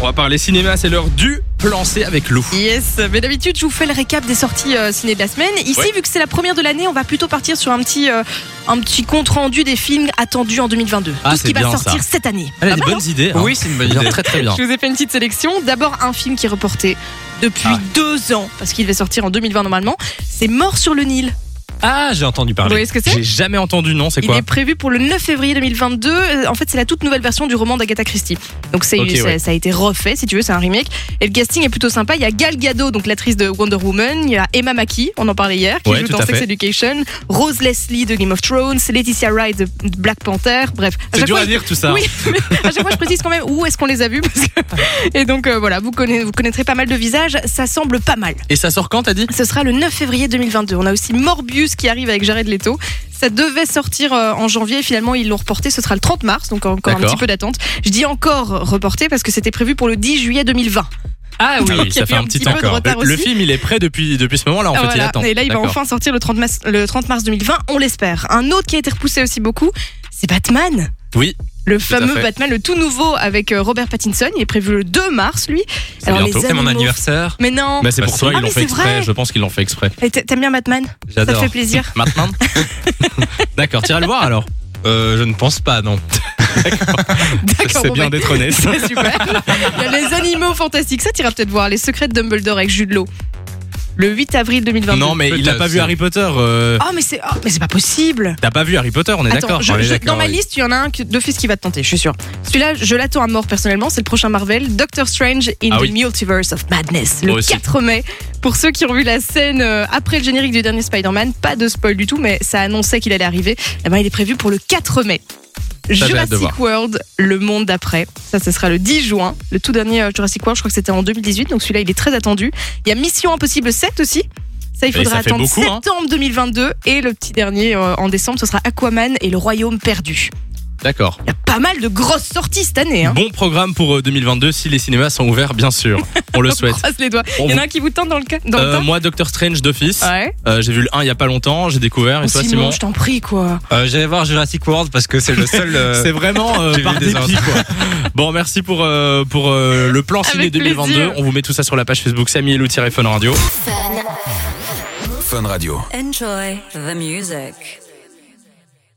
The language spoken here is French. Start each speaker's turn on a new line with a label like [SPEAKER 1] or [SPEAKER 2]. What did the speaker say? [SPEAKER 1] On va parler cinéma, c'est l'heure du plan C avec Lou.
[SPEAKER 2] Yes, mais d'habitude je vous fais le récap des sorties euh, ciné de la semaine. Ici,
[SPEAKER 1] Ouais.
[SPEAKER 2] vu que c'est la première de l'année, on va plutôt partir sur un petit, euh, un petit compte rendu des films attendus en 2022.
[SPEAKER 1] Ah,
[SPEAKER 2] Tout ce
[SPEAKER 1] c'est
[SPEAKER 2] qui va
[SPEAKER 1] bien, ça.
[SPEAKER 2] sortir cette année.
[SPEAKER 1] Elle a
[SPEAKER 2] Pas
[SPEAKER 1] des
[SPEAKER 2] mal,
[SPEAKER 1] bonnes idées. hein.
[SPEAKER 3] Oui, c'est une bonne
[SPEAKER 1] Bien,
[SPEAKER 3] idée.
[SPEAKER 1] Très très bien.
[SPEAKER 2] Je vous ai fait une petite sélection. D'abord, un film qui est reporté depuis
[SPEAKER 1] Ah.
[SPEAKER 2] deux ans, parce qu'il devait sortir en 2020 normalement. C'est Mort sur le Nil.
[SPEAKER 1] Ah, j'ai entendu
[SPEAKER 2] Vous
[SPEAKER 1] parler.
[SPEAKER 2] voyez ce que c'est
[SPEAKER 1] J'ai jamais entendu, non C'est
[SPEAKER 2] Il
[SPEAKER 1] quoi
[SPEAKER 2] est prévu pour le 9 février 2022. Euh, En fait, c'est la toute nouvelle version du roman d'Agatha Christie. Donc, c'est,
[SPEAKER 1] Ok,
[SPEAKER 2] ça,
[SPEAKER 1] ouais.
[SPEAKER 2] ça a été refait, si tu veux, c'est un remake. Et le casting est plutôt sympa. Il y a Gal Gadot, donc l'actrice de Wonder Woman. Il y a Emma Mackey, on en parlait hier, qui
[SPEAKER 1] Ouais,
[SPEAKER 2] joue
[SPEAKER 1] tout
[SPEAKER 2] dans
[SPEAKER 1] à
[SPEAKER 2] Sex
[SPEAKER 1] fait.
[SPEAKER 2] Education. Rose Leslie de Game of Thrones. Laetitia Wright de Black Panther. Bref. À
[SPEAKER 1] C'est
[SPEAKER 2] chaque
[SPEAKER 1] dur
[SPEAKER 2] fois,
[SPEAKER 1] à dire tout ça.
[SPEAKER 2] Oui, à chaque fois, je précise quand même où est-ce qu'on les a vus. parce que- Et donc, euh, voilà, vous, connaissez, vous connaîtrez pas mal de visages. Ça semble pas mal.
[SPEAKER 1] Et ça sort quand, t'as dit
[SPEAKER 2] Ce sera le 9 février 2022. On a aussi Morbius qui arrive avec Jared Leto. Ça devait sortir euh, en janvier, finalement ils l'ont reporté, ce sera le 30 mars, donc encore un
[SPEAKER 1] D'accord.
[SPEAKER 2] petit peu d'attente. Je dis encore reporté parce que c'était prévu pour le 10 juillet 2020.
[SPEAKER 1] Ah
[SPEAKER 2] oui, il y a
[SPEAKER 1] ça
[SPEAKER 2] eu
[SPEAKER 1] fait
[SPEAKER 2] un
[SPEAKER 1] un petit
[SPEAKER 2] petit
[SPEAKER 1] temps
[SPEAKER 2] peu de
[SPEAKER 1] encore.
[SPEAKER 2] retard
[SPEAKER 1] Le, le
[SPEAKER 2] aussi.
[SPEAKER 1] film, il est prêt depuis, depuis ce moment-là, en Ah, fait, il
[SPEAKER 2] Voilà.
[SPEAKER 1] attend.
[SPEAKER 2] Et là il va
[SPEAKER 1] D'accord.
[SPEAKER 2] enfin sortir le 30, mars, le 30 mars 2020, on l'espère. Un autre qui a été repoussé aussi beaucoup, c'est Batman.
[SPEAKER 1] Oui,
[SPEAKER 2] Le
[SPEAKER 1] à
[SPEAKER 2] fameux
[SPEAKER 1] fait.
[SPEAKER 2] Batman, le tout nouveau avec euh, Robert Pattinson, il est prévu le 2 mars lui.
[SPEAKER 1] C'est bientôt.
[SPEAKER 2] les
[SPEAKER 3] C'est mon
[SPEAKER 2] animaux-
[SPEAKER 3] anniversaire.
[SPEAKER 2] Mais non,
[SPEAKER 1] Bah, c'est pour
[SPEAKER 3] Ah,
[SPEAKER 1] toi,
[SPEAKER 2] mais
[SPEAKER 1] ils l'ont fait
[SPEAKER 2] c'est
[SPEAKER 1] exprès.
[SPEAKER 2] vrai.
[SPEAKER 1] Je pense qu'ils l'ont fait exprès.
[SPEAKER 2] Et t'a- t'aimes bien Batman Ça te
[SPEAKER 3] J'adore.
[SPEAKER 2] fait plaisir
[SPEAKER 1] Maintenant D'accord, tu iras le voir alors
[SPEAKER 3] Euh, je ne pense pas, non.
[SPEAKER 2] D'accord,
[SPEAKER 1] C'est
[SPEAKER 2] bon,
[SPEAKER 1] bien
[SPEAKER 2] bah,
[SPEAKER 1] d'être honnête.
[SPEAKER 2] C'est super. Il y a les animaux fantastiques. Ça, t'iras peut-être voir. Les secrets de Dumbledore avec Jude Law. Le 8 avril 2022.
[SPEAKER 1] Non, mais il a
[SPEAKER 3] Peut-être,
[SPEAKER 1] pas vu
[SPEAKER 3] c'est-
[SPEAKER 1] Harry Potter. euh,
[SPEAKER 2] Oh, mais c'est oh, mais c'est pas possible.
[SPEAKER 1] T'as pas vu Harry Potter, on est
[SPEAKER 2] Attends,
[SPEAKER 1] d'accord
[SPEAKER 2] je-
[SPEAKER 1] On est
[SPEAKER 2] je-
[SPEAKER 1] d'accord,
[SPEAKER 2] dans ma
[SPEAKER 1] oui.
[SPEAKER 2] liste, il y en a un que- d'office qui va te tenter, je suis sûr. Celui-là, je l'attends à mort personnellement. C'est le prochain Marvel, Doctor Strange in
[SPEAKER 1] Ah
[SPEAKER 2] the
[SPEAKER 1] oui.
[SPEAKER 2] Multiverse of Madness,
[SPEAKER 1] Moi
[SPEAKER 2] le
[SPEAKER 1] aussi.
[SPEAKER 2] 4 mai. Pour ceux qui ont vu la scène euh, après le générique du dernier Spider-Man, pas de spoil du tout, mais ça annonçait qu'il allait arriver. Eh ben, il est prévu pour le 4 mai.
[SPEAKER 1] j'ai hâte de
[SPEAKER 2] Jurassic
[SPEAKER 1] voir.
[SPEAKER 2] World, le monde d'après. Ça, ce sera le 10 juin. Le tout dernier euh, Jurassic World, je crois que c'était en 2018, donc celui-là, il est très attendu. Il y a Mission Impossible 7 aussi. Ça, il
[SPEAKER 1] Et
[SPEAKER 2] faudra
[SPEAKER 1] ça fait
[SPEAKER 2] attendre
[SPEAKER 1] beaucoup, hein.
[SPEAKER 2] septembre 2022. Et le petit dernier euh, en décembre, ce sera Aquaman et le Royaume perdu.
[SPEAKER 1] D'accord.
[SPEAKER 2] Il y a pas mal de grosses sorties cette année. Hein.
[SPEAKER 1] Bon programme pour euh, 2022 si les cinémas sont ouverts, bien sûr. On le souhaite.
[SPEAKER 2] Croise les doigts.
[SPEAKER 1] On
[SPEAKER 2] Il y en
[SPEAKER 1] vous-
[SPEAKER 2] a un qui vous tente dans le, ca- dans le
[SPEAKER 1] Euh, moi, Doctor Strange d'office.
[SPEAKER 2] temps Ouais. Oh,
[SPEAKER 1] Euh, j'ai vu le 1 il y a pas longtemps, j'ai découvert. Et toi,
[SPEAKER 2] Simon,
[SPEAKER 1] Simon
[SPEAKER 2] je t'en prie, quoi.
[SPEAKER 3] Euh, J'allais voir Jurassic World parce que c'est le seul. euh,
[SPEAKER 1] C'est vraiment euh,
[SPEAKER 3] J'ai vu
[SPEAKER 1] par
[SPEAKER 3] des
[SPEAKER 1] dépit,
[SPEAKER 3] ordres.
[SPEAKER 1] quoi. Bon, merci pour, euh, pour euh, le plan ciné
[SPEAKER 2] Avec
[SPEAKER 1] 2022.
[SPEAKER 2] plaisir.
[SPEAKER 1] On vous met tout ça sur la page Facebook Samy et Lou-Fun Radio.
[SPEAKER 4] Enjoy the music.